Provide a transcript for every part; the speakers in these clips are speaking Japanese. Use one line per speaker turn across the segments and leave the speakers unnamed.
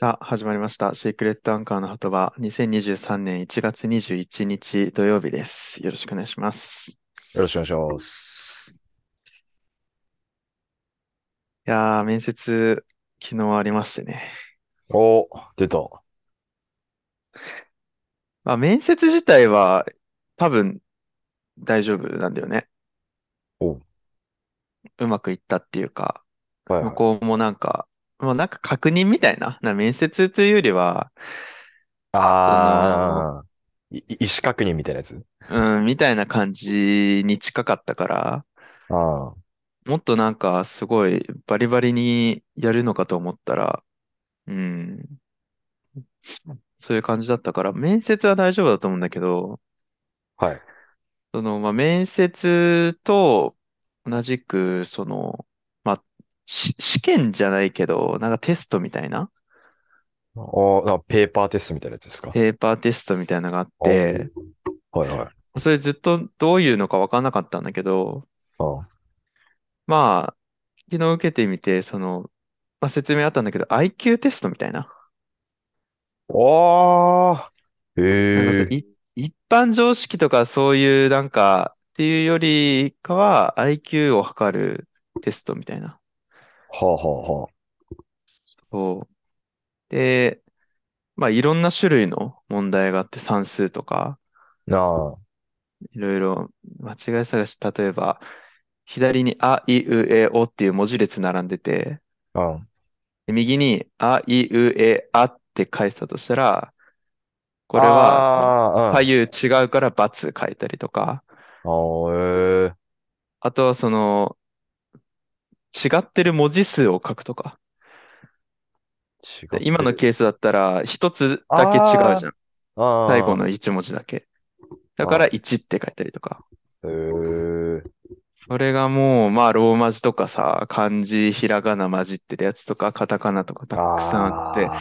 さあ、始まりました。シークレットアンカーの鳩場、2023年1月21日土曜日です。よろしくお願いします。
よろしくお願いします。
いやー、面接、昨日ありましてね。
おー、出た。
まあ、面接自体は多分大丈夫なんだよね。
おう、
うまくいったっていうか、
はい
向
は
こうもなんか、もうなんか確認みたいな、な面接というよりは、
い。
その、
あー、いい意思確認みたいなやつ。
うん、みたいな感じに近かったから、
あー、
もっとなんかすごいバリバリにやるのかと思ったら、うん、そういう感じだったから、面接は大丈夫だと思うんだけど、
はい。
その、まあ、面接と同じく、その、まあ、し試験じゃないけど、なんかテストみたいな、
おー、なんかペーパーテストみたいなやつですか。
ペーパーテストみたいなのがあっ
お
て、
ー、はいはい。
それずっとどういうのか分かんなかったんだけど、
あー、
まあ、昨日受けてみて、その、まあ、説明あったんだけど、IQ テストみたいな。な
おー、
んかそ
え
う、
ー、
い、一般常識とかそういうなんか、っていうよりかは IQ を測るテストみたいな。
はあはあは
そう。で、まあいろんな種類の問題があって算数とか、
あ。なあ、
いろいろ間違い探し、例えば、左にあ、い、う、え、おっていう文字列並んでて、
うん。
で右にあ、い、う、え、あって書いてたとしたら、これは
あー、
左右違うから×書いたりとか、
うん。おー、えー、
あとはその、違ってる文字数を書くとか。
違
で
っ
今
て
の
る。
ケースだったら、一つだけ違う
あ
じゃん。
ー、
最後
あ
の
ー、
一文字だけ。だか
あ
ら
ー、
1って書いたりとか。
えー、
それがもう、まあ、ローマ字とかさ、漢字、ひらがな混じってるやつとか、カタカナとかたくさんあって、
あ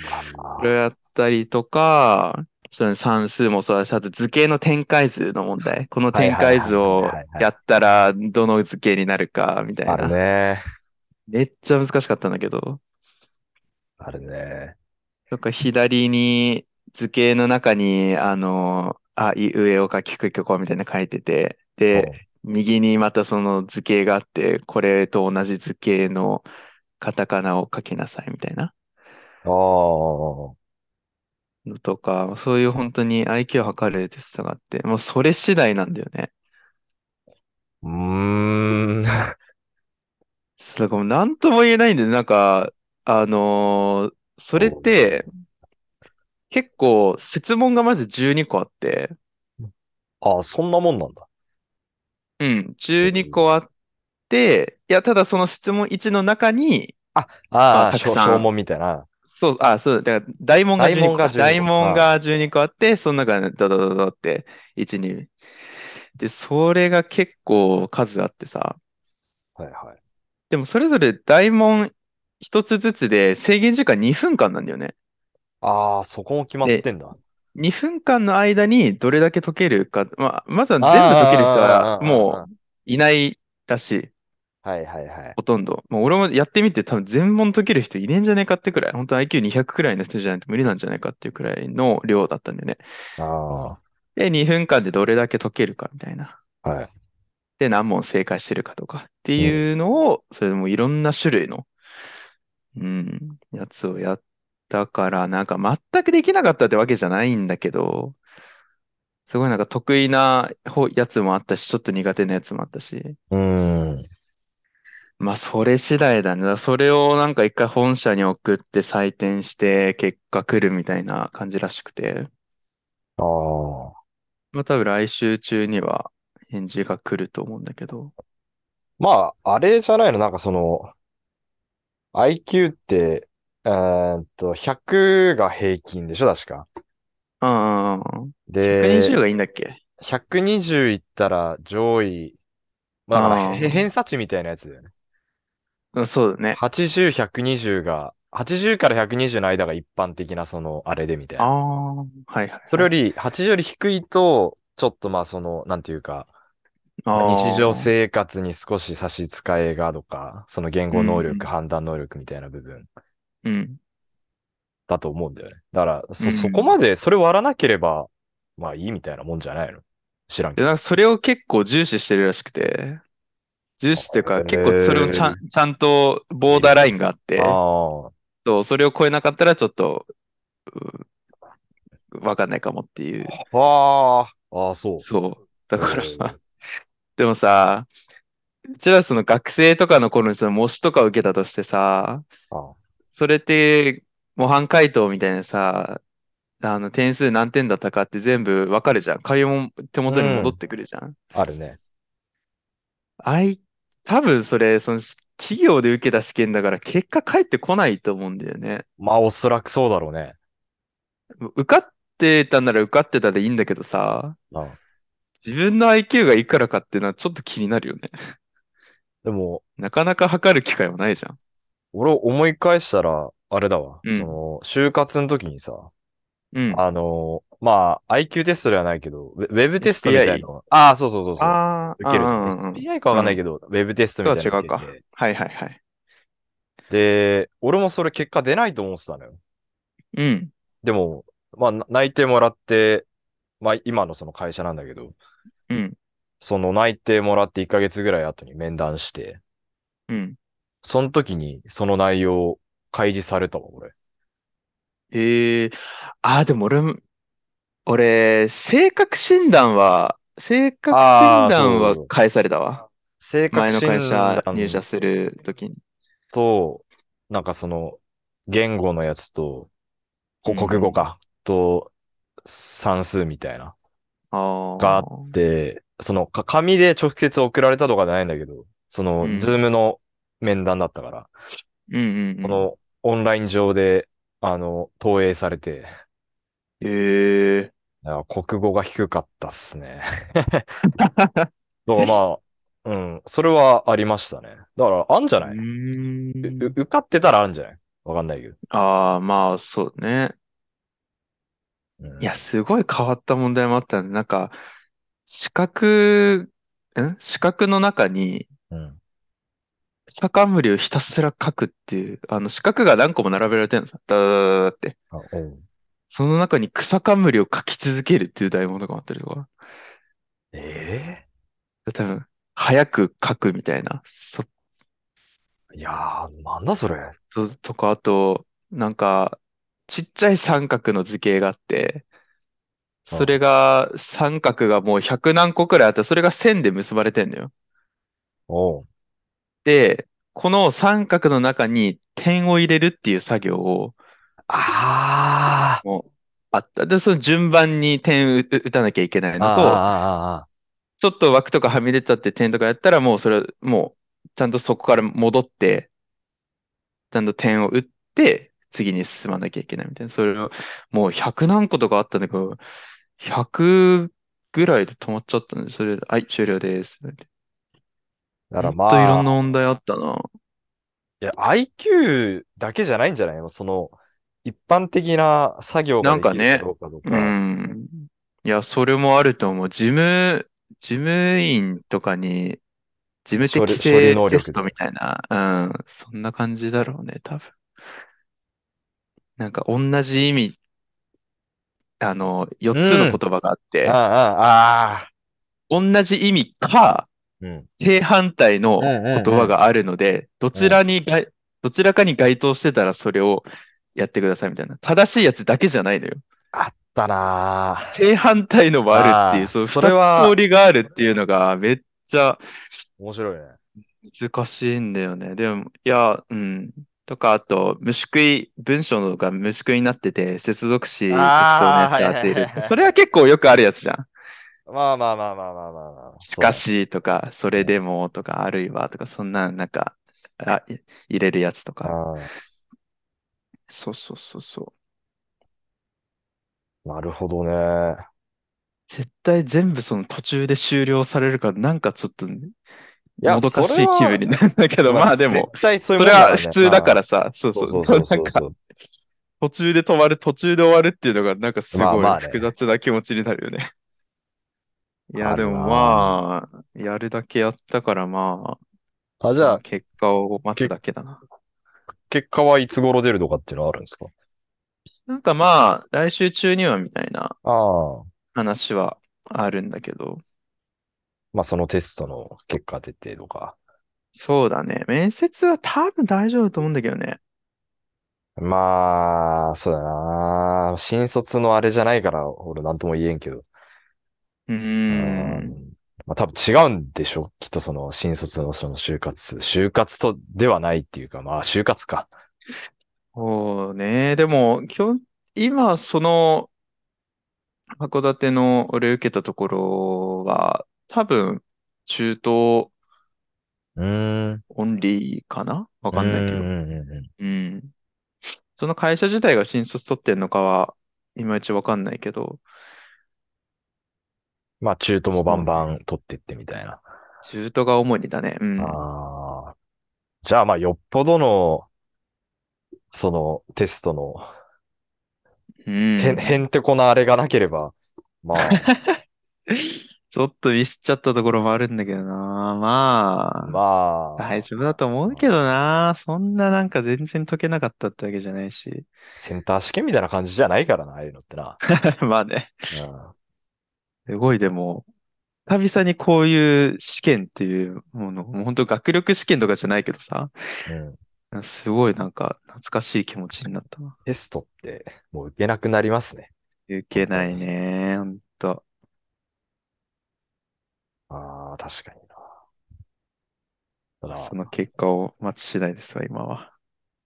それ
ー、
をやったりとか、その算数もそうだし、あと図形の展開図の問題。この
はい
展
は
開
いはい
図を
はいは
や
い。
ったら、どの図形になるか、みたい
ある
な。
ね。
めっちゃ難しかったんだけど。
あるね。
なんか左に図形の中に、あの、あ、い、うえおか、きくけこみたいなの書いてて、で、
う。
右にまたその図形があって、これと同じ図形のカタカナを書きなさいみたいなん
ああ。
のとか、そういう本当に IQ を測るテストがあって、もうそれ次第なんだよね。
うーん。
だからもう何とも言えないんで、なんか、あのーそれって結構設問がまず12個あって、
ああ、そんなもんなんだ。
うん、
え
12個あ
ー
って、いや、ただその質問1の中に、
あ、
まあ、
ああ、
たく
小、小
さん、
問みたいな。
そう、あ、そう、だから、大問が
大
12
問
個
が
か。
12
大
個。
問
あ
が12個あって、その中でドドドドドって、1、2。で、それが結構数あってさ、
あ、はいはい。
でもそれぞれ大問1つずつで制限時間2分間なんだよね。
ああ、そこも決まっ
で、
てんだ。
2分間の間にどれだけ解けるか、まあ、まずは
あ
全部解ける人は
あ、ああ、ああ、
も
あ
ういないらしい。
あはいはいはい。
ほとんど。もう俺もやってみて多分全問解ける人いねえんじゃねえかってくらい、本当 IQ200 くらいの人じゃないと無理なんじゃないかっていうくらいの量だったんでね。
あ
で、2分間でどれだけ解けるかみたいな。
あ、はい。
で、何問正解してるかとかって
うん。
いうのを、それでもいろんな種類の、うん、やつをやったから、なんか全くできなかったってわけじゃないんだけど、すごいなんか得意な方やつもあったし、ちょっと苦手なやつもあったし、
うーん。
まあ、それ次第だね。それをなんか一回本社に送って採点して結果来るみたいな感じらしくて。
ああ。
まあ、多分来週中には返事が来ると思うんだけど。
まあ、あれじゃないの、なんかその、IQ って、えーっと、100が平均でしょ、確か。
ああ、120
で、
がいいんだっけ
120いったら上位、まあだからへへ
あ
偏差値みたいなやつだよね。
あ、そうだね。
80、120が、80から120の間が一般的なその、あれでみたい
あ
な。
あ、はいはい
それ
は
よ
い。
り、80より低いと、ちょっとまあその、なんていうか、まあ日常
ああ、
生活に少し差し支えがとか、その言
う
語能力、
ん、
判断能力みたいな部分。
うん。
だと思うんだよね。だから、
う
そ、
ん
そこまで、それ割らなければ、まあいいみたいなもんじゃないの知らんけ
で、
ど。
なんかそれを結構重視してるらしくて、重視っていう
へ
か、
ー
結構それをちゃん、ちゃんとボーダーラインがあって、
ああ、
そうそれを超えなかったらちょっと、うんわかんないかもっていう。
はあ、ああ、そう。
そう。だから
え
さ、 でもさ、うちらその学生とかの頃にその模試とか受けたとしてさ、
あ
それって模範解答みたいなさ、あの点数何点だったかって全部わかるじゃん。解も手元に戻ってくるじゃん。
あるね。
あい、多分それ、その企業で受けた試験だから結果返ってこないと思うんだよね。
まあ、おそらくそうだろうね。
受かってたなら受かってたでいいんだけどさ、
うん
自分の IQ がいくらかっていうのはちょっと気になるよね。
でも、
なかなか測る機会はないじゃん。
俺を思い返したら、あれだわ。
うん
その、就活の時にさ、
うん。
あの、まあ、IQ テストではないけど、ウェウェブテストみたいなの。ああ、そうそうそうそう。
あ
受けるじゃ
うん
ん。
うんうん
SPI かわかんないけど、ウェブテストみたいなの受け
とは違うはいはいはい。
て。で、俺もそれ結果出ないと思ってたのよ。
うん。
でも、まあ、な内定もらって、まあ、今のその会社なんだけど、
うん。
その内定もらって1ヶ月ぐらい後に面談して、
うん。
その時にその内容を開示されたわ、俺。
へえ。ああ、でも俺も、俺、性格診断は、性格
あー
診断
そう
は
そうそう
返されたわ。
性格
前の会
診
社
断
入社するときに。
と、なんかその、言語のやつと、
う
こ
ん
国語か、と、算数みたいな。
あ
があ
あ。
で、その、か紙で直接送られたとかじゃないんだけど、その、
うん
ズームの面談だったから、
うんうんうん。
この、オンライン上で、あの、投影されて、
へえ。
いや国語が低かったっ すね。だからまあ、うん、それはありましたね。だから、あんじゃないうう
ーん
う受かってたらあるんじゃないわかんないけど。
ああ、まあ、そうね。
うん
いや、すごい変わった問題もあったね。なんか、資格、ん資格の中に、
うん。
草冠をひたすら書くっていう、あの、四角が何個も並べられてるんですよ。ダダダダダって。
あおう
その中に草冠を書き続けるっていう題目とかもあったりとか。
え
多分、早く書くみたいな。そ、
えいやー、なんだそれ。
と、とか、あと、なんか、ちっちゃい三角の図形があって、それが、三角がもう百何個くらいあって、それが線で結ばれてんのよ。
おう
で、この三角の中に点を入れるっていう作業を、
あー
もう、あった。で、その順番に点を打打たなきゃいけないのと、
あ
ちょっと枠とかはみ出ちゃって点とかやったら、もうそれ、もう、ちゃんとそこから戻って、ちゃんと点を打って、次に進まなきゃいけないみたいな。それを、もう100何個とかあったんだけど、100ぐらいで止まっちゃったんで、それで、はい、終了です。
ー、だから
ほんといろん
ま
な
あ、
問題あったな。
いや、IQ だけじゃないんじゃないのその、一般的な作業ができる
なんかね
かどうかとか。
うん。いや、それもあると思う。事務、事務員とかに、事務
処理
的
処理
性
能
テ
力
ストみたいな、うん、そんな感じだろうね、多分。なんか同じ意味、あの、4つの言葉があっ
あ
て
あ、、ああ、
同じ意味か、
うん。
正反対の
うんうんうん
言葉があるので、どちらに該、どちらかに該当してたらそれをやってくださいみたいな。正しいやつだけじゃないのよ。
あったなー
正反対のもあるっていう、
あー
そう、
それは
二通りがあるっていうのがめっちゃ
面白いね。
難しいんだよね。でも、いや、うん。とか、あと、虫食い、文章が虫食いになってて、接続詞、適当
あー
なやつ当て
はいは
る
いはいはい。
それは結構よくあるやつじゃん。
まあまあまあまあまあまあまあ。
しかしとか、それでもとか、あるいはとか、そんな、なんか、あ、い入れるやつと
そうだ
か。
ね。
そうそうそうそう。
うんなるほどね。
絶対全部その途中で終了されるから、なんかちょっと、
いや
もどかし
それ
い
は
気分になるんだけど、まあでも、
絶対そう
そ
いうもん
れ
だから
は
ね
普通だから。さ、そう
そ
そう。
そううそうそ
なん
う
か
そう。
途中で止まる、途中で終わるっていうのがなんかす
まあ
ごい
まあね
複雑な気持ちになるよね。いや、
あ
で
るな
もまあ、やるだけやったからま
あ、
あ、
じゃあ、
結果を待つだけだな。
結果はいつ頃出るとかっていうのはあるんですか
なんかまあ、来週中にはみたいな
ああ。
話はあるんだけど、
まあ、そのテストの結果出てとか。
そうだね。面接は多分大丈夫だと思うんだけどね。
まあ、そうだな。新卒のあれじゃないから、俺なんとも言えんけど。
う
う
ーん。
ん。まあ、多分違うんでしょきっとその新卒のその就活。就活とではないっていうか、まあ、就活か。
そうね。でも、今日、今、その、函館の俺受けたところは、多分、中東
うーん。
オンリーかなわかんないけ
う
ど。
んうんうん
うん。その会社自体が新卒取ってんのかは、いまいちわかんないけど、
まあ、中途もバンバ
そう
ン取ってってみたいな。
中東が主にだね。うん。
ああ。じゃあ、まあ、よっぽどの、その、テストの、
う
へん、
ん。
へんてこなあれがなければ、ま あ、
ちょっとミスっちゃったところもあるんだけどな。ま
ま
あ、大
あ、
丈夫だと思うけどな。そんななんか全然解けなかったってわけじゃないし。
センター試験みたいな感じじゃないからな、ああいうのってな。
まあね。
うん。
すごいでも、久々にこういう試験っていうもの、もう本当学力試験とかじゃないけどさ、
うん。
すごいなんか懐かしい気持ちになったな。
テストって、もう受けなくなりますね。
いけないね。ほんと。
ああ、確かにな。ただ、
その結果を待ち次第ですわ、今は。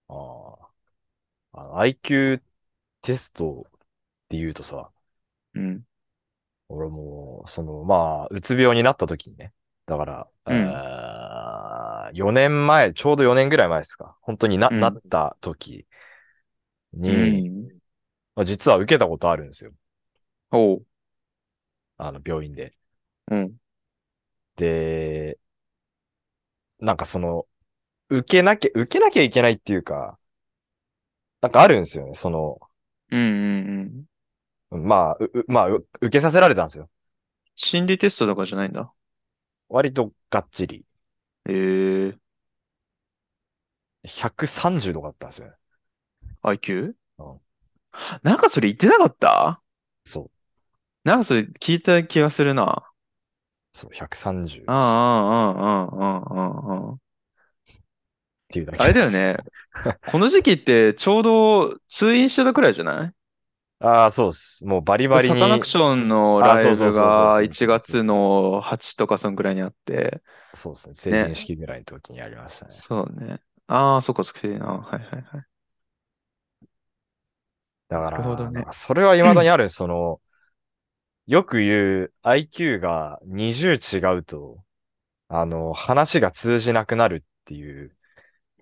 あーあの IQ テストって言うとさ、
うん。
俺も、その、まあ、うつ病になった時にね。だから、
うん
えー4年前、ちょうど4年ぐらい前ですか。本当にな、
うん
なった時
う
に、
ん。
まあ実は受けたことあるんですよ。
おう。
あの、病院で。
うん。
で、なんかその、受けなきゃ、受けなきゃいけないっていうか、なんかあるんですよね。その、
うんうんうん。
まあ、ううまあ、う受けさせられたんですよ。
心理テストとかじゃないんだ。
割とがっちり。
ええ
130とかあったんですよね。
IQ?
うん
なんかそれ言ってなかった
そう。
なんかそれ聞いた気がするな。
そう、130っ
ああ、ああ、ああ、ああ、ああ。
ていうだけ
あれだよ
なんです
ね。この時期ってちょうど通院してたくらいじゃない
ああ、そうっす。もうバリバリ
サ
に。
カナクションの
あ
ライ
そうそう
ブ
そうそうそう
が
そう
1月の8とかそんくらいにあって。
そうですね。成
ね
人式ぐらいの時にやりましたね。
そうね。ああ、そっかそっか。な。はいはいはい。
だか
なるほど
ら、
ね
なんかそれは未だにある、その、よく言う IQ が20違うと、あの、話が通じなくなるっていう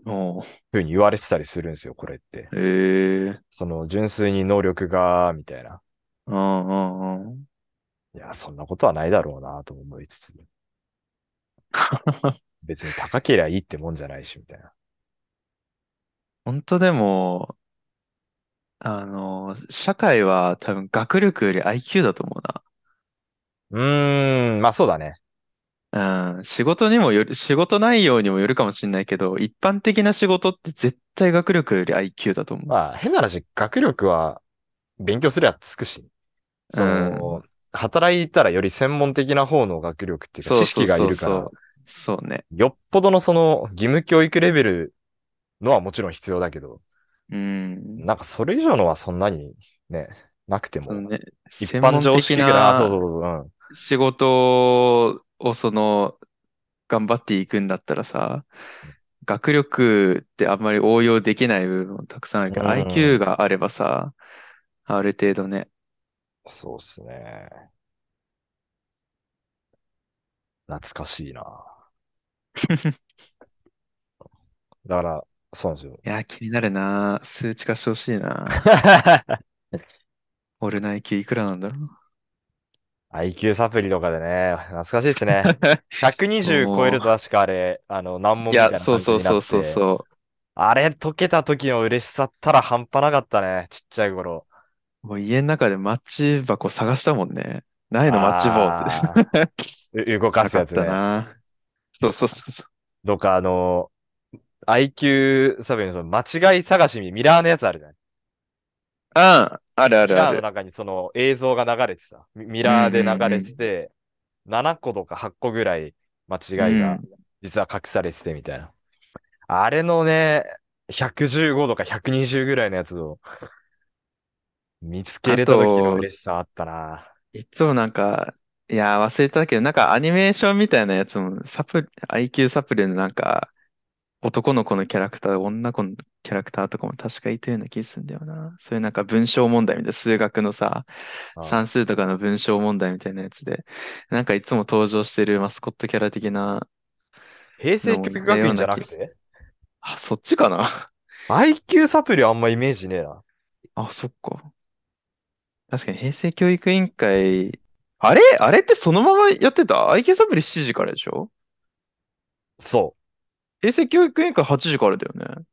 おう。
風に言われてたりするんですよ、これって。
ええ
その、純粋に能力が、みたいな。
うんうんうん。
いや、そんなことはないだろうな、とも思い つつ、別に高けりゃいいってもんじゃないし、みたいな。
本当でも、あの、社会は多分学力より IQ だと思う
うーん、まあそうだね。
な。うん、仕事にもよる、仕事内容にもよるかもしれないけど、一般的な仕事って絶対学力より IQ だと思う。
まあ、変な話、学力は勉強すりゃつくし、その、働いたらより専門的な方の学力っていうか、
そう
知識がいるから、
そうそうそう。そうね。
よっぽどのその義務教育レベルのはもちろん必要だけど、
うん。
なんかそれ以上のはそんなにね、なくて
その
も、
ね、
一
専
般
門
常
的
識ぐらい、あそうそうそうそう、うん。
仕事をその頑張っていくんだったらさ、学力ってあんまり応用できない部分もたくさんあるけど、
うん
IQ があればさ、ある程度ね。
そうっすね。懐かしい な。だから、そうなんで すよ。
いやー、気になるなー。数値化してほしいな ー。俺の IQ いくらなんだろ
IQ サプリとかでね、懐かしいですね。
う。
120超えると確かあれ、あの、難問
い
みた
や、
いな
そ
感
う
じ
そう
にな
そ
っ
うそう
て。
そ
あれ、解けた時の嬉しさったら半端なかったね。ちっちゃい頃。
う。もう家の中でマッチ箱探したもんね。ないのマッチ
あ
棒って。
ーう動かすや つ
なかった
ね。
なー。そうそうそうそう。
どっかあの、IQ サブリのその間違い探しにミラーのやつあるじゃん。
あるあ
ミ
るあ
ラーの
る。
中にその映像が流れてた。ミミラーで流れてて、7個とか8個ぐらい間違いが
うん
実は隠されててみたいな。あれのね、115とか120ぐらいのやつを見つけれた時の嬉しさあったな。
いつもなんか、いやー、忘れたけど、なんかアニメーションみたいなやつも、サプ、IQ サプリのなんか、男の子のキャラクター、女の子のキャラクターとかも確かいたような気がするんだよな。そういうなんか文章問題みたいな、数学のさ、
うん
算数とかの文章問題みたいなやつで、なんかいつも登場してるマスコットキャラ的な、
平成教育学院じゃなくて
あ、そっちかな
IQ サプリあんまイメージねえな。
あ、そっか。確かに平成教育委員会、あれあれってそのままやってた ?IQ サプリ7時からでしょ
そ
平成教育委員会8時からだよね。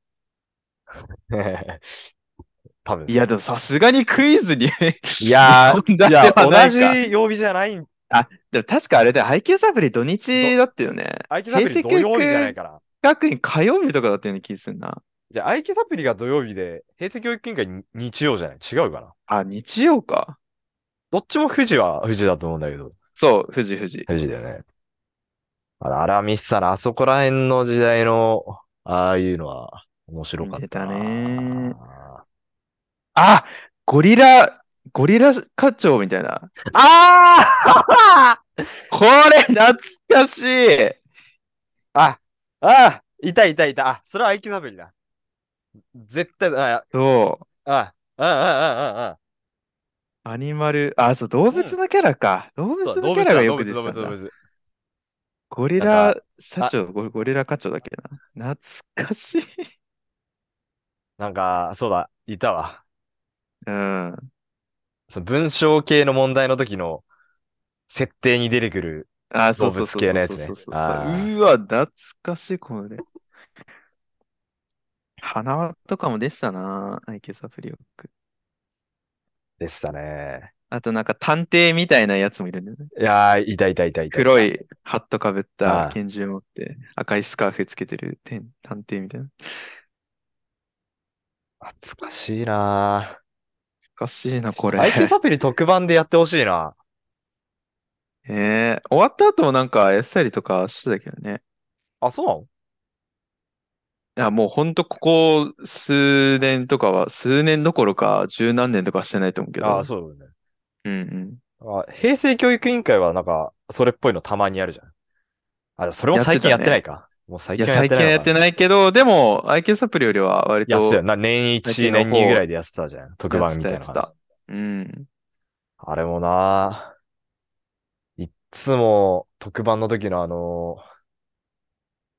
う。 多分そう
いや、でもさすがにクイズに
いやー
問題
い
は
や、
ないか
同じ曜日じゃないん。
でも確かあれだよ、配給サプリ土日だったよね。
IQ サプリ土曜日じゃないから。
学院火曜日とかだったような気がするな。
じゃあ、IQ サプリが土曜日で、平成教育委員会に日曜じゃない違うかな
あ、日曜か。
どっちも富士は富士だと思うんだけど。
そう、富士富士。
富士だよね。あら、あら、ミスさん、あそこら辺の時代の、ああいうのは面白かったな。
見てたねあゴリラ、ゴリラ課長みたいな。ああこれ懐かしい
あ、あ、いたいたいた。あ、それは IQ サプリだ。絶対、あ、
そう。
あ、あ、あ、あ、あ、あ、
アニマル、あ、そう、動物のキャラか。動物
そう
の
動
キ
物
ャラが
だ、
よく出
動物、
てた
動物、
ん
動
だ。
物。
ゴリ
なん
ラ社長、ゴゴリラ課長だっけな。懐かしい。
なんか、そうだ、いたわ。
うん。
その文章系の問題の時の設定に出てくる
あ、そう
動
そうそ
物
う
系
そう
の
そ
や
う
つね
そうそう
あー
うわ、懐かしい、これ。花輪とかも出てたな、IQ サプリよく。
でしたね。
あとなんか探偵みたいなやつもいるんだよね。
いやー、いたいたいたいた。
黒。いハットかぶっ
あ
た
ー
拳銃持って、赤いスカーフつけてる天探偵みたいな。
懐かしいな
懐かしいな、
ー
これ。
IQ サプリ特番でやってほしいな。
えー、終わった後もなんかやったりとかしてたけどね。
あ、そうなの
いや、もうほんとここ数年とかは、数年どころか十何年とかはしてないと思うけ
あ
ど。
ー、そうだよね。
うんうん。
あ平成教育委員会はなんか、それっぽいのたまにあるじゃん。あ、それも最近
や
やっ
っててたね
ないか。もう最
いや、
近はやっ
最近
て
は
な
いや
の
っ
か
て
な。
ないけど、でも IQ サプリよりは割
やって
と
たよな。年
最近
1、
の
年
方
2ぐらいでやってたじゃん。特
やっ
番
て
み
た
たい
やっ
な
て
感じ。
た。うん。
あれもなぁ。いっつも特番の時のあのー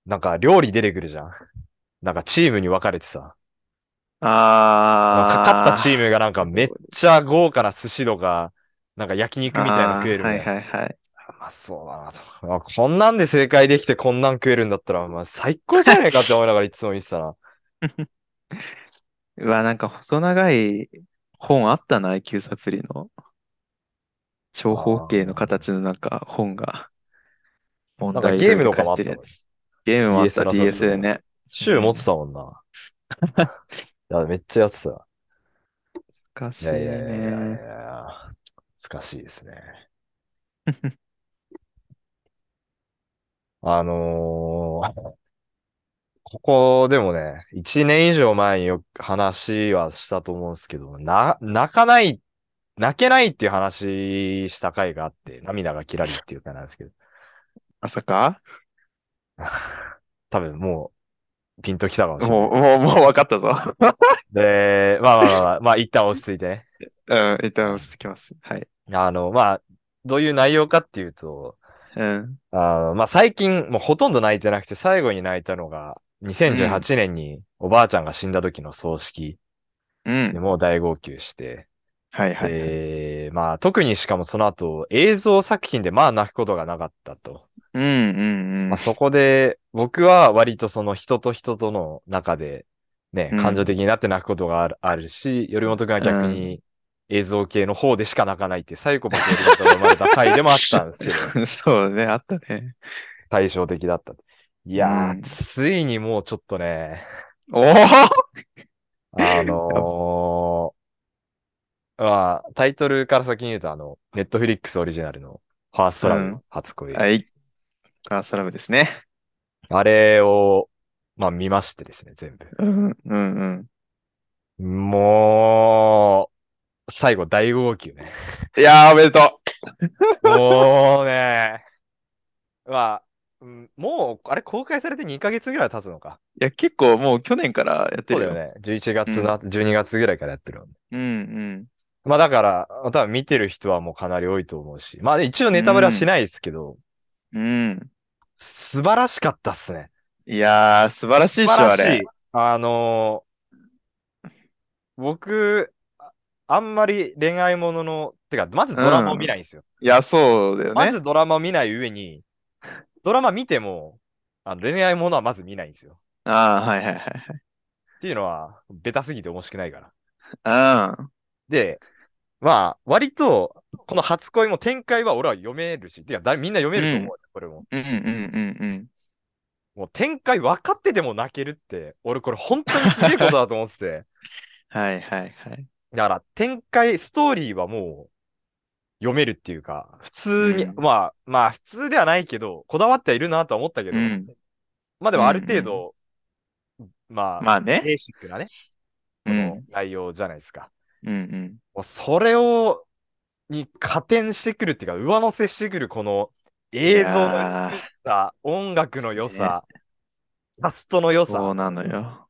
なんか料理出てくるじゃん。なんかチームに分かれてさ。なんか
あ
か
ー。
かったチームがなんかめっちゃ豪華な寿司とか、なんか焼肉みたいなの食えるみたいな。
あーはいはいはい。
うまそうだなと。あこんなんで正解できてこんなん食えるんだったら、まあ最高じゃねえかって思いながらいつも見てたな。
うわ、なんか細長い本あったな、IQ サプリの。長方形の形のなんか本が。問
なんか
題
ゲーム
いろ
と
いろ
かも
書
あ
いて
った
る
もん
や。つ。ゲームもあった、
DS の遊び
DS でね。
週持ってたもんな。 いや、めっちゃやってたわ。
懐かし
い
い
やいやいやいやいや
ね。
懐かしいですね。あのー ここでもね、1年以上前によく話はしたと思うんですけど、な、泣かない、泣けないっていう話した回があって、涙がキラリっていう回なんですけど、
まさか
多分もう、ピンときたかもしれな
も
い
う、もう、もう分かったぞ。
です。で、まあまあまあまあ、まあ一旦落ち着いてね。
うん、一旦落ち着きます。はい。
あの、まあ、どういう内容かっていうと、
うん。
あの、まあ、最近、もうほとんど泣いてなくて、最後に泣いたのが、2018年におばあちゃんが死んだ時の葬式
う
で
ん。
もう大号泣して、
はいはいはい。
でまあ、特にしかもその後、映像作品でまあ泣くことがなかったと。
うんうんう
ま
ん
あ、。そこで、僕は割とその人と人との中で、ね
う、ん
感情的になって泣くことがある,、あるし、よりもとくんは逆に映像系の方でしか泣かないっていうサイコパスよりもとが生まれた回でもあったんです けど。
そうね、あったね。
対照的だった。いやー、
うん
ついにもうちょっとね、
おお
あの まあ、タイトルから先に言うと、あの、ネットフリックスオリジナルの、ファーストラブ
うん
の初恋。
はい。カーサラブですね。
あれを、まあ見ましてですね、全部。
うん、うん、うん。
もう、最後大号泣ね。
いやー、おめでと
もうね、まあ、うんもう、あれ公開されて2ヶ月ぐらい経つのか。
う。いや、結構もう去年からやって
そう
るよ
だよ。ね。11月の後、12月ぐらいからやってるもんね
うん、うん。
まあだから、多分見てる人はもうかなり多いと思うし、まあ一応ネタバレはしないですけど、
うん。
素晴らしかったっすね。
いやー、素晴らしいっしょ、
素晴
あ
らし
れ
い。。あのー僕、ああんまり恋愛ものの、てか、まずドラマを見ないんですよ。
いや、そうだよ
ま
ね。
ずドラマを見ない上に、ドラマ見ても、あの恋愛ものはまず見ないんですよ。
ああ、はいはいはい
っていうのは、ベタすぎて面白くないから。
はい。うん。
で、まあ、割と、この初恋も展開は俺は読めるし、てか、だみんな読めると思うよ、これも。
うんうんうん
もう展開分かってても泣けるって、俺これ本当にすげえことだと思ってて。
うん。はいはいはい。
だから展開、ストーリーはもう読めるっていうか、普通に、
うん
まあ、まあ普通ではないけど、こだわってはいるなとは思ったけど、
うん
まあでもある程度、まあ、
まあね。
ベーシックなね、
う
この
ん。
内容じゃないですか。
うんうん。
もうそれを、に加点してくるっていうか、上乗せしてくるこの映像の美しさ、音楽の良さ、キャストの良さ、
そうなのよ。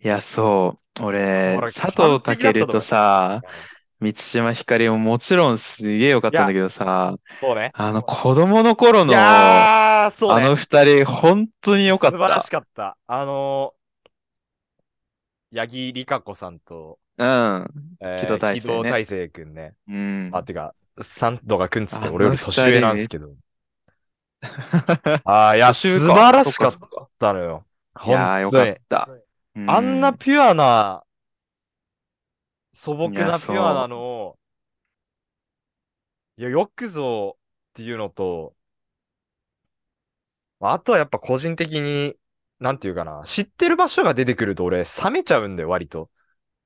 いや、そう。俺
こ、れ
佐藤
完璧だったと思う
健とさ、満島ひかりももちろんすげえ良かったんだけどさ、
そうね。
あの子供の頃
い
の、あ
やー、そうね。
の二人、本当に良かっ
素晴ら
た
し。かった。あのー、八木里香子さんと、
うん。
え
木戸大聖ね
木戸大聖くんね。
うん。
あ、てか、サンドがくんっつって
あ
俺より年上なんですけど。ああ、いや、
途中
素
か
晴らしかっ
そっかそっか
たのよ。
いやー、
本
良
当
か
に
っ。た。う
あんなピュアな、素朴
いや
なピ
そう
ュアなのを、いや、よくぞっていうのと、まああとはやっぱ個人的に、なんていうかな、知ってる場所が出てくると俺、冷めちゃうんだよ、割と。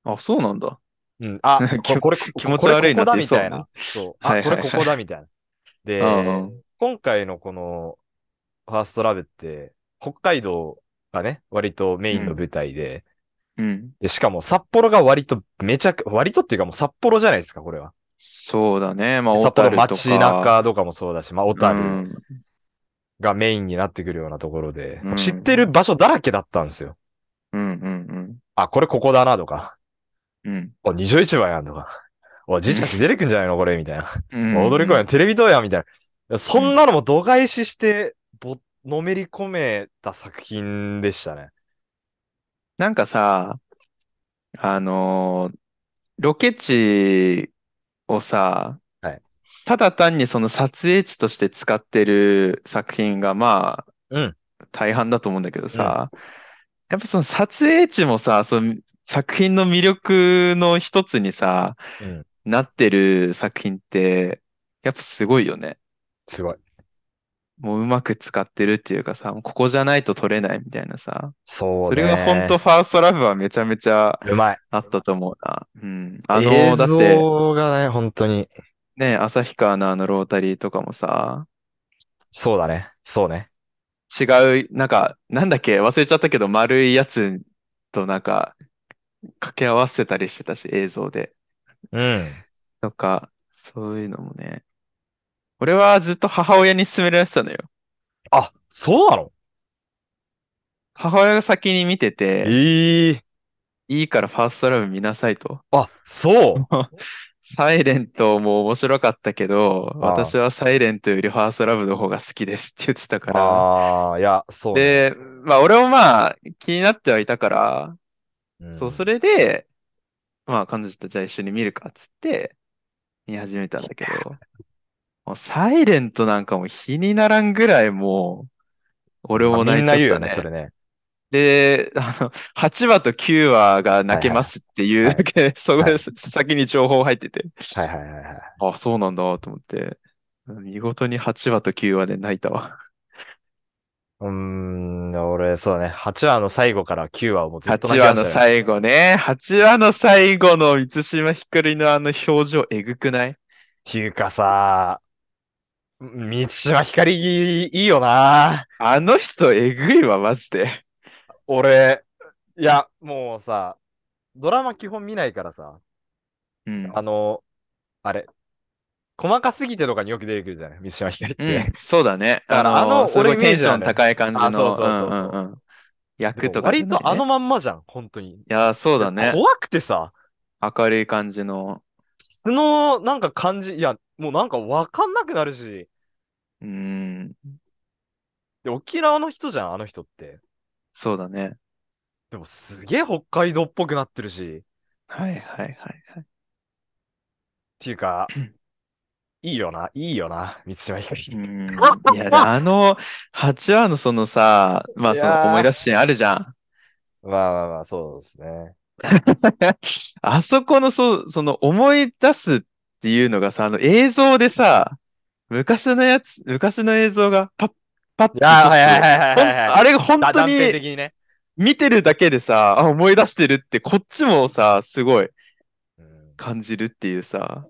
あ、そうなんだ。
うん、 あ、これ、これ、
気持ち悪いな
こ
って
れ
言い
ここ
そう
だみた
ない
な。 そう、
はいは
あ、
い
こ
はい
れここだみたいな。で
うんうん、
今回のこの、ファーストラブって、北海道がね、割とメインの舞台で、
うん。
で、しかも札幌が割とめちゃく、割とっていうかもう札幌じゃないですか、これは。
そうだね。まあ、小
札
樽
幌
と
街
か。
中とかもそうだし、まあ、小
う
樽
ん。
がメインになってくるようなところで、
うん
知ってる場所だらけだったんですよ。
うんうん
あ、これここだなとか、
うん。
お、二条市場やんとか、 お、じいちゃんち出てくんじゃないのこれみたいな。
うん。
踊り子やん、テレビ塔やんみたいな。いやそんなのも度外視して、ぼ、のめり込めた作品でしたね。
なんかさ、あのーロケ地をさ
はい、
ただ単にその撮影地として使ってる作品がま
う
あ
ん、
大半だと思うんだけどさ、やっぱその撮影地もさ、その作品の魅力の一つにさ、
うん。
なってる作品って、やっぱすごいよね。
すごい。
もううまく使ってるっていうかさ、もうここじゃないと撮れないみたいなさ。
そう
それが本当ファーストラブはめちゃめちゃ
当うまい。
あったと思うな。うん。あ
あ
の、だ
の、だ
っ
ってて。映像がね、本当に。
ね、旭川のあのロータリーとかもさ、
そうだね。そうね。
違う、なんか、なんだっけ、忘れちゃったけど、丸いやつとなんか、掛け合わせたりしてたし、映像で。
うん。
とか、そういうのもね。俺はずっと母親に勧められてたのよ。
あ、そうなの
母親が先に見てて、
ええ
いいからファーストラブ見なさいと。
あ、そう。
サイレントも面白かったけど、
ああ
私はサイレントよりファーストラブの方が好きですって言ってたから。
ああ、いや、そうね、
で、まあ俺もまあ気になってはいたから、
ん
そう、そ。れで、まあ彼女とじゃあ一緒に見るかっつって見始めたんだけど、もうサイレントなんかもう比にならんぐらいもう、俺も
まあ
泣い
みん
ちゃ
な
っ
言
た
うよね、
ね
それね。
で、あの、8話と9話が泣けますっていうだけ、そこで先に情報入ってて、
はいはいはいはい。
あ、そうなんだと思って、見事に8話と9話で泣いたわ。
うーん、俺、そうだね。8話の最後から9話をもうずっと
8
泣き
話
まし
の
たよ。
最後ね。8話の最後の満島ひかりのあの表情えぐくない
っていうかさ、満島ひかりいいよな。
あの人えぐいわ、マジで。
俺、いや、もうさ、ドラマ基本見ないからさ、
うん。
あの、あれ、細かすぎてとかによく出てくるじゃない満島ひかりっ
う
て。
ん、そうだね。
だからあの
すごい
俺イメ
テ
ー
ン
ジ
ショ
な
ン
んだよ
高い感じ
あそ
の。
うそうそうそうん
んん
で
役
も
とかじゃ
割
ないね
とあのまんまじゃん、本当に。
いやー、そうだね。
怖くてさ、
明るい感じの。
その、なんか感じ、いや、もうなんかわかんなくなるし、
うん、
で、沖縄の人じゃん、あの人って。
そうだね。
でもすげえ北海道っぽくなってるし、っ
はいはいはい。
てい うか、いいよな、いいよな、満島ひか
う
り。
ん。いや、であの、8話のそのさ、まあそ
いや
の
ー
思い出すシーンあるじゃん。
まあまあまあ、そうですね。
あそこのそ、その思い出すっていうのがさ、あの映像でさ、昔のやつ、昔の映像がパッ、パッ
いやー、はいはい
て
はいはいはい。
ほんあれが本
だ
当
断片
に
的にね。
見てるだけでさ、あ、思い出してるって、こっちもさ、すごい
うん
感じるっていうさ。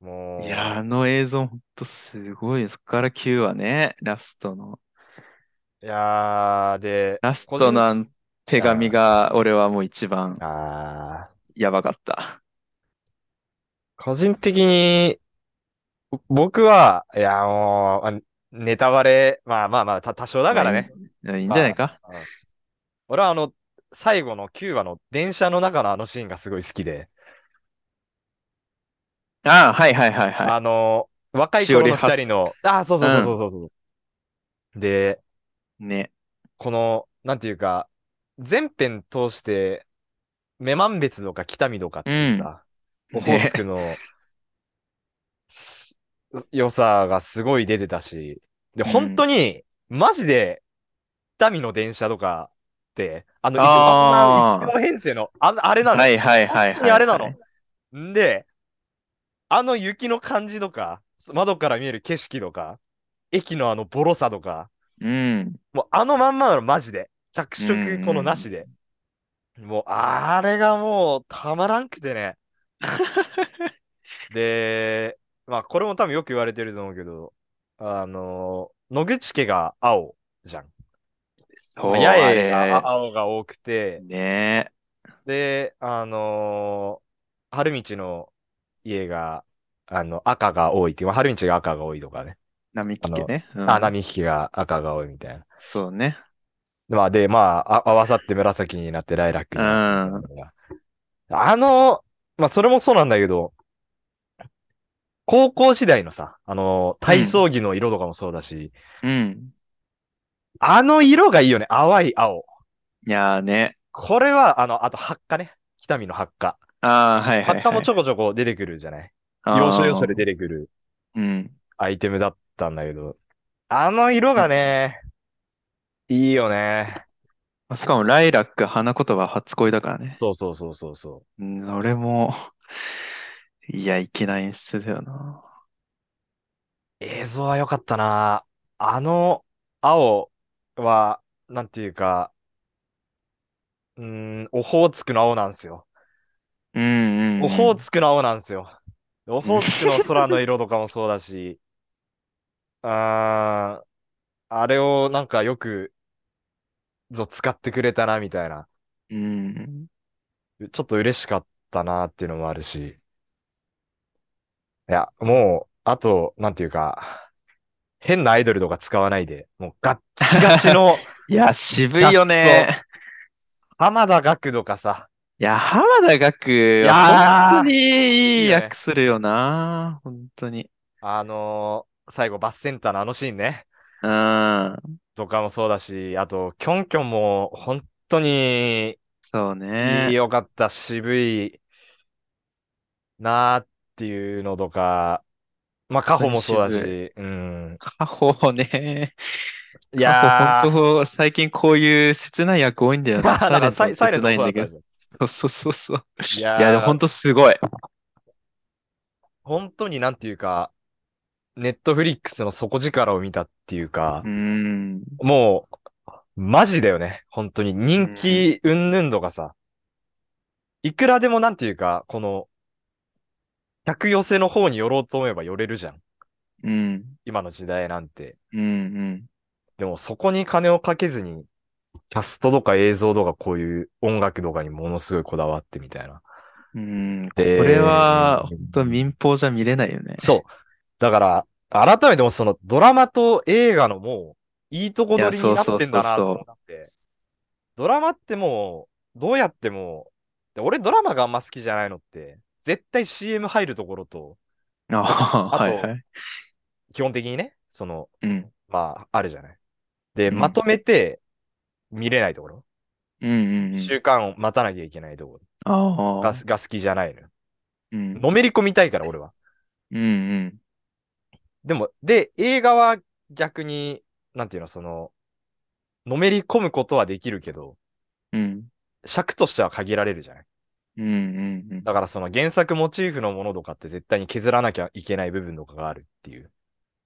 もう、
いやー、あの映像、ほんとすごい。そっから9話ね、ラストの。
いやー、で、
ラス
個
ト
人
のあの手紙が、俺はもう一番
あー
やばかった。
個人的に、ぼ僕は、いや、もう、あネタバレ、まあまあまあ、た多少だからね。
まあ。いいいいんじゃないか。
俺はあの、最後の9話の電車の中のあのシーンがすごい好きで、
ああ、はいはいはいは
あの、若い頃の二人の、あー、そうそうそうそうそうそう、で、
い。ね。
この、なんていうか、全編通して、女満別とか北見とかっていうさ、オホーツクの、す良さがすごい出てたし、で、
うん
本当に、マジで、北見の電車とかって、あの、一
あー
番編成の、あのあれなの。
はいはいはいは
本当に
い。
あれなの。んで、あの雪の感じとか、窓から見える景色とか、駅のあのボロさとか、
うん。
もうあのまんまなの、マジで。着
うんうん
色このなしで。もう、あれがもう、たまらんくてね。で、まあ、これも多分よく言われてると思うけど、あの野口家が青じゃん。
そう、
まあ
あ
八重
れ。
があ青が多くて、
ね
で、あの春道の家が、あの、赤が多いっていう、まあ春道が赤が多いとかね。
並木家ね。うん
あ、波引きが赤が多いみたいな。
そうね。
まあ、で、まあ、あ合わさって紫になってライラックになってみたいなあの、まあ、それもそうなんだけど、高校時代のさ、あの、体操着の色とかもそうだし、
うん。
あの色がいいよね。淡い青。
いやーね。
これは、あの、あと発火ね。北見の発火。
ああ、はいはい、はい。
発火もちょこちょこ出てくるじゃない。
あー
要所要所で出てくる
うん。
アイテムだったんだけど、あの色がね、いいよね。
しかも、ライラック、花言葉、初恋だからね。
そうそうそうそうそう。
うん、俺も、いや、いけない演出だよな。
映像は良かったな。あの青は、なんていうか、うーん、オホーツクの青なんですよ。
うんうん、うん。
オホーツクの青なんですよ。オホーツクの空の色とかもそうだし、あー、あれをなんかよく、ぞ、使ってくれたな、みたいな。
うん。
ちょっと嬉しかったなっていうのもあるし。いや、もう、あと、なんていうか、変なアイドルとか使わないで、もうガッチガチ の
いや、渋いよね。
浜田学とかさ、
いや、浜田学
いや
は
ー
本当にい
い
い
いよね
役するよな。本当に。
あのー最後バスセンターのあのシーンね、
うん。
とかもそうだし、あと、キョンキョンも本当に
そうね。
良かった、渋いなーっていうのとか、まあ、カホもそうだ
渋
し、うん。
カホね。
いや
カホ
ー、
本当最近こういう切ない役多いん だよな。
なんかサイサイレントも
切
そう
ない
だっ
んだけ
たじゃん。
ど。そうそうそうそう。
い
いや、でも
やー、
本当すごい。
本当になんていうか、ネットフリックスの底力を見たっていうか
う、ーん。
もう、マジだよね。本当に。人気云々とかさ。いくらでもなんていうか、この、客寄せの方に寄ろうと思えば寄れるじゃん。
うん。
今の時代なんて。
うん。うん。
でもそこに金をかけずに、キャストとか映像とかこういう音楽とかにものすごいこだわってみたいな。
うん。こ
で
れは、本当民放じゃ見れないよね。
そう。だから、改めてもうそのドラマと映画のもう、いいとこ取りになってんだなと思って。ドラマってもう、どうやっても、で俺ドラマがあんま好きじゃないのって、絶対 CM 入るところと、
ああ、
あ
は
と
いはい。
基本的にね、その、
うん。
まあ、あるじゃない。で、
うん
まとめて見れないところ、
うんうんうん。
週間を待たなきゃいけないとこ
あ
ろが
あ。
が好きじゃないのよ。
うん。
のめり込みたいから、俺は。
うんうん。
でも、で、映画は逆に、なんていうの、その、のめり込むことはできるけど、
うん。
尺としては限られるじゃない。
うんうんうん。
だからその原作モチーフのものとかって絶対に削らなきゃいけない部分とかがあるっていう。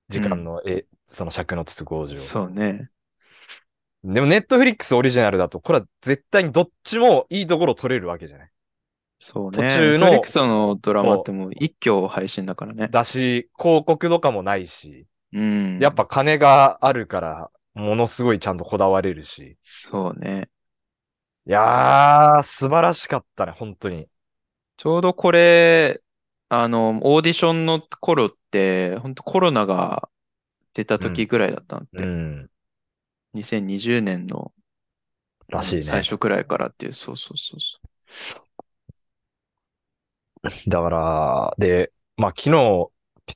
時間の、え、その尺の都合上。
そうね。
でもネットフリックスオリジナルだと、これは絶対にどっちもいいところ取れるわけじゃない。
そう
途
ね。ネッ
中の
トフリックスのドラマってもう一挙配信だからね。
だし、広告とかもないし、
うん。
やっぱ金があるから、ものすごいちゃんとこだわれるし。
そうね。
いやー、素晴らしかったね、本当に。
ちょうどこれ、あの、オーディションの頃って、本当コロナが出た時ぐらいだったんで、
ん。
2020年の
らしいね
最。初くらいからっていう、そうそうそうそ
だから、で、まあ昨日、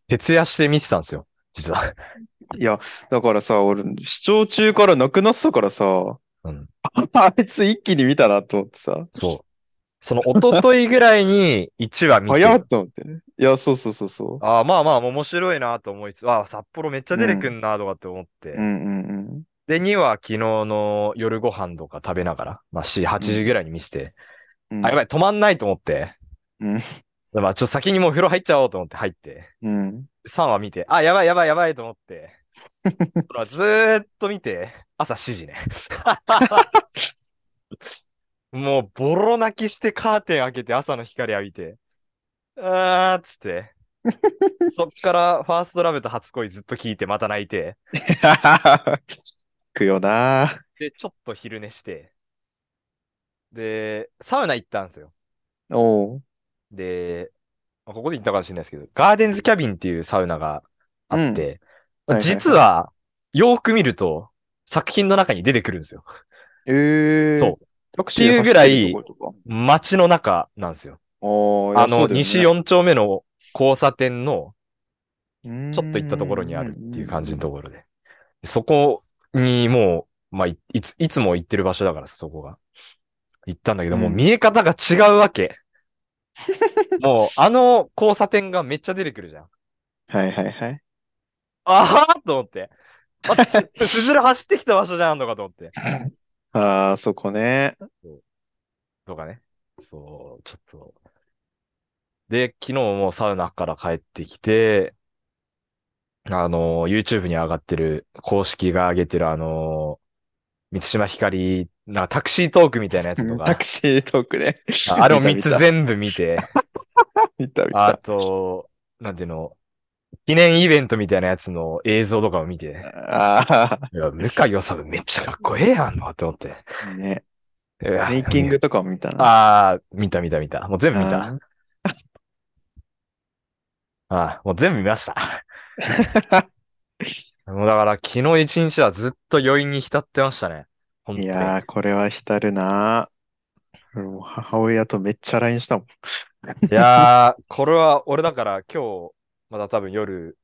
徹夜して見てたんですよ、実は。
う。いや、だからさ、俺、視聴中からなくなってたからさ、
うん。
あいつ一気に見たなと思ってさ、
そう。その、一昨日ぐらいに1話見て、
早っと思ってね。いや、そうそうそうそう。
ああ、まあまあ、面白いなと思いつつ、ああ、札幌めっちゃ出てくんなとかって思って、
うんうん
で、2話昨日の夜ご飯とか食べながら、まあ4、8時ぐらいに見せて、
うん。
あ、やばい、止まんないと思って、
うん
まあちょっと先にもう風呂入っちゃおうと思って入って、
うん。
3話見て、あ、やばいやばいやばいと思って、ほらずーっと見て、朝7時ね。もう、ボロ泣きしてカーテン開けて朝の光浴びて、あーっつって、そっからファーストラブと初恋ずっと聞いて、また泣いて、
くよな
で、ちょっと昼寝して、で、サウナ行ったんですよ。
おう。
で、まあここで言ったかもしれないですけど、ガーデンズキャビンっていうサウナがあ
う
って、
んはいはいはい
実は、よーく見ると、作品の中に出てくるんですよ。
ええ。
そう。
タクシー
っていうぐらい
走ってるとことか
街の中なんですよ。
おーいや
あの、
そうだよね
西4丁目の交差点の、
うーん
ちょっと行ったところにあるっていう感じのところで。そこにもう、まあ、いいつ、いつも行ってる場所だからさ、そこが。行ったんだけど、
うん
もう見え方が違うわけ。もう、あの交差点がめっちゃ出てくるじゃん。
はいはいはい。
ああと思って。あ、つ、 つつづる走ってきた場所じゃんとかと思って。
ああ、そこね。
とかね。そう、ちょっと。で、昨日もサウナから帰ってきて、あの、YouTube に上がってる、公式が上げてるあの、三島ひかり、なんかタクシートークみたいなやつと
タ
か
ク、シートークね。
ああれを
見
3
た
つ全部見て、
見た見
あ
た。
と、なんていうの、記念イベントみたいなやつの映像とかを見て、
あ
いや、向井治めっちゃかっこええやんのって思って。
あ、ね。
いや
メイキングとかも見たな。あ
ああ、見た見た見た。もう全部見た。
ー。
ああ、もう全部見ました。 もうだから昨日一日はずっと余韻に浸ってましたね。本 当
い
に。
やー、これは浸るな。俺も母親とめっちゃ LINE したもん。
いやーこれは俺だから今日、また多分夜、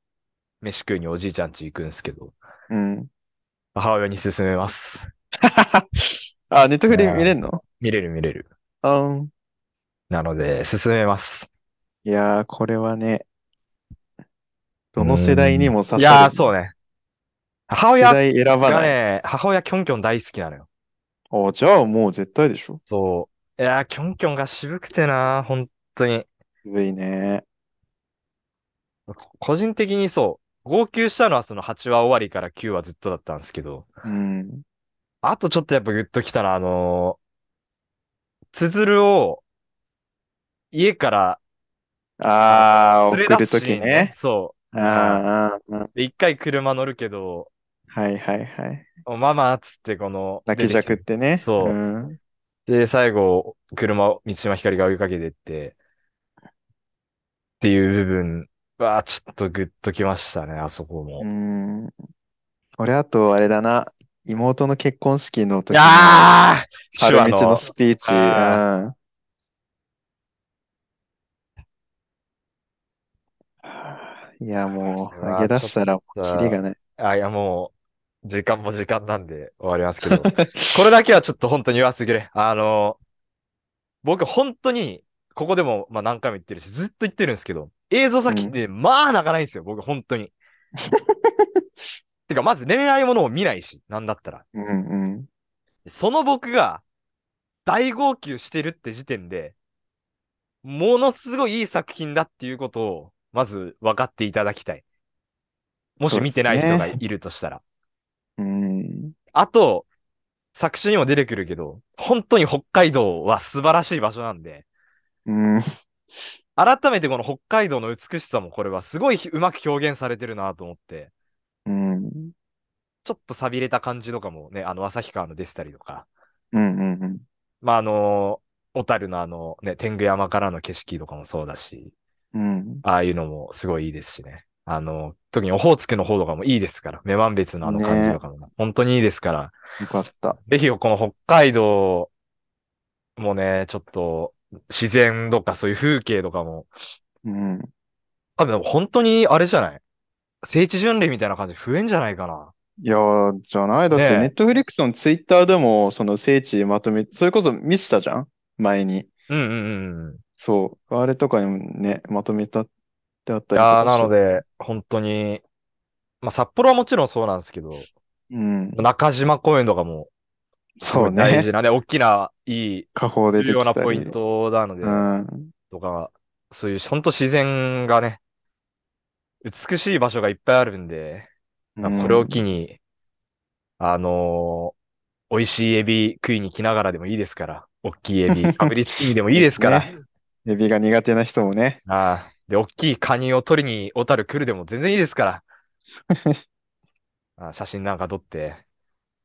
飯食いにおじいちゃん家行くんですけど、
うん。
母親に勧めます。
あ、ネットフリ見れんの
見れる見れる。
あうん。
なので、勧めます。
いやー、これはね、どの世代にも刺さ
い
る。
やーそうね。母
世
親
代選ば
が
ない。
ね、母親キョンキョン大好きなのよ。
お、じゃあもう絶対でしょ。
そう。いやーキョンキョンが渋くてな本当に。
渋いね。
個人的にそ号泣したのはその8話終わりから9話ずっとだったんですけど、
うん。
あとちょっとやっぱグッときたのは、あのー、つづるを、家から
ああ、
連れ
送
出
る
す
と
シー
き
ン
ね。
そ
あーあー、あー
う。で一回車乗るけど、
はいはいはい。
おママっつってこの、
泣きじゃくってね。
そう
うん。
で、最後、車を満島ひかりが追いかけてって、っていう部分は、ちょっとグッときましたね、あそこも。
うん。俺、あと、あれだな。妹の結婚式の時
ああ
の、
手話
春道
の
の、スピーチ。
あ
うん。いや、もう、
あれは
上げ出したら、キ
ちょっと
リがない。
あ、いやもう、時間も時間なんで終わりますけど、 これだけはちょっと本当に言わせてくれ。あの、僕本当に、ここでも、まあ、何回も言ってるし、ずっと言ってるんですけど、映像先って、まあ泣かないんですよ、僕本 当に。てか、まず恋愛ものを見ないし、なんだったら。
うんうん。
その僕が大号泣してるって時点で、ものすごいいい作品だっていうことを、まず分かっていただきたい。もし見てない人がいるとしたら。
うん。
あと、作詞にも出てくるけど、本当に北海道は素晴らしい場所なんで、
うん。
改めてこの北海道の美しさもこれはすごいうまく表現されてるなと思って、
うん。
ちょっと寂れた感じとかもね、あの、旭川の出したりとか、
うんうんうん。
まあ、あの、小樽のあの、ね、天狗山からの景色とかもそうだし、
うん。
ああいうのもすごいいいですしね。あの、特にオホーツクの方とかもいいですから、女満別のあの感じとかも、本当にいいですから、
よかった。
ぜひこの北海道もね、ちょっと自然とかそういう風景とかも、
うん。
多分本当にあれじゃない聖地巡礼みたいな感じ増えんじゃないかな。
いやー、じゃない。だって
ねえ
ネットフリックスのツイッターでも、その聖地まとめ、それこそ見せたじゃん前に。
うんうんうんうん。
そう。あれとかにもね、まとめたってあっ
い
たりと
や
か
ーな
し
ので、本当に、まあ札幌はもちろんそうなんですけど、
うん。
中島公園とかもす
そ
ご
う
い大
ね。
事なね、大きな、いい、
下方出
重
て
要
き
な
た
ポイ
り
ントなので、
うん。
とか、そういう、ほんと自然がね、美しい場所がいっぱいあるんで、まあこれを機に、あのー美味しいエビ食いに来ながらでもいいですから、大きい エビ、かぶりつきにでもいいですから、
ねエビが苦手な人もね。
ああで、大きいカニを取りに小樽来るでも全然いいで すからああ、写真なんか撮って、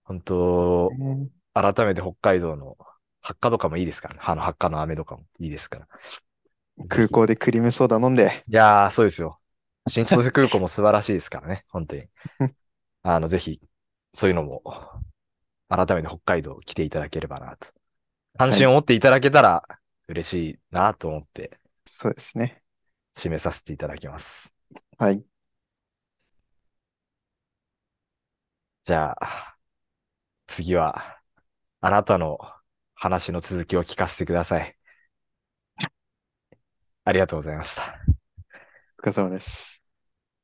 本当改めて北海道の発火とかもいいですから、あの発火の雨とかもいいですから。
空港でクリームソーダ飲んで。
いやー、そうですよ。新千歳空港も素晴らしいですからね、本当に。あの、ぜひ、そういうのも、改めて北海道来ていただければなと。関心を持っていただけたら嬉しいなと思って、
そうですね。
締めさせていただきます。
はい。
じゃあ、次は、あなたの話の続きを聞かせてください。ありがとうございました。
お疲れ様です。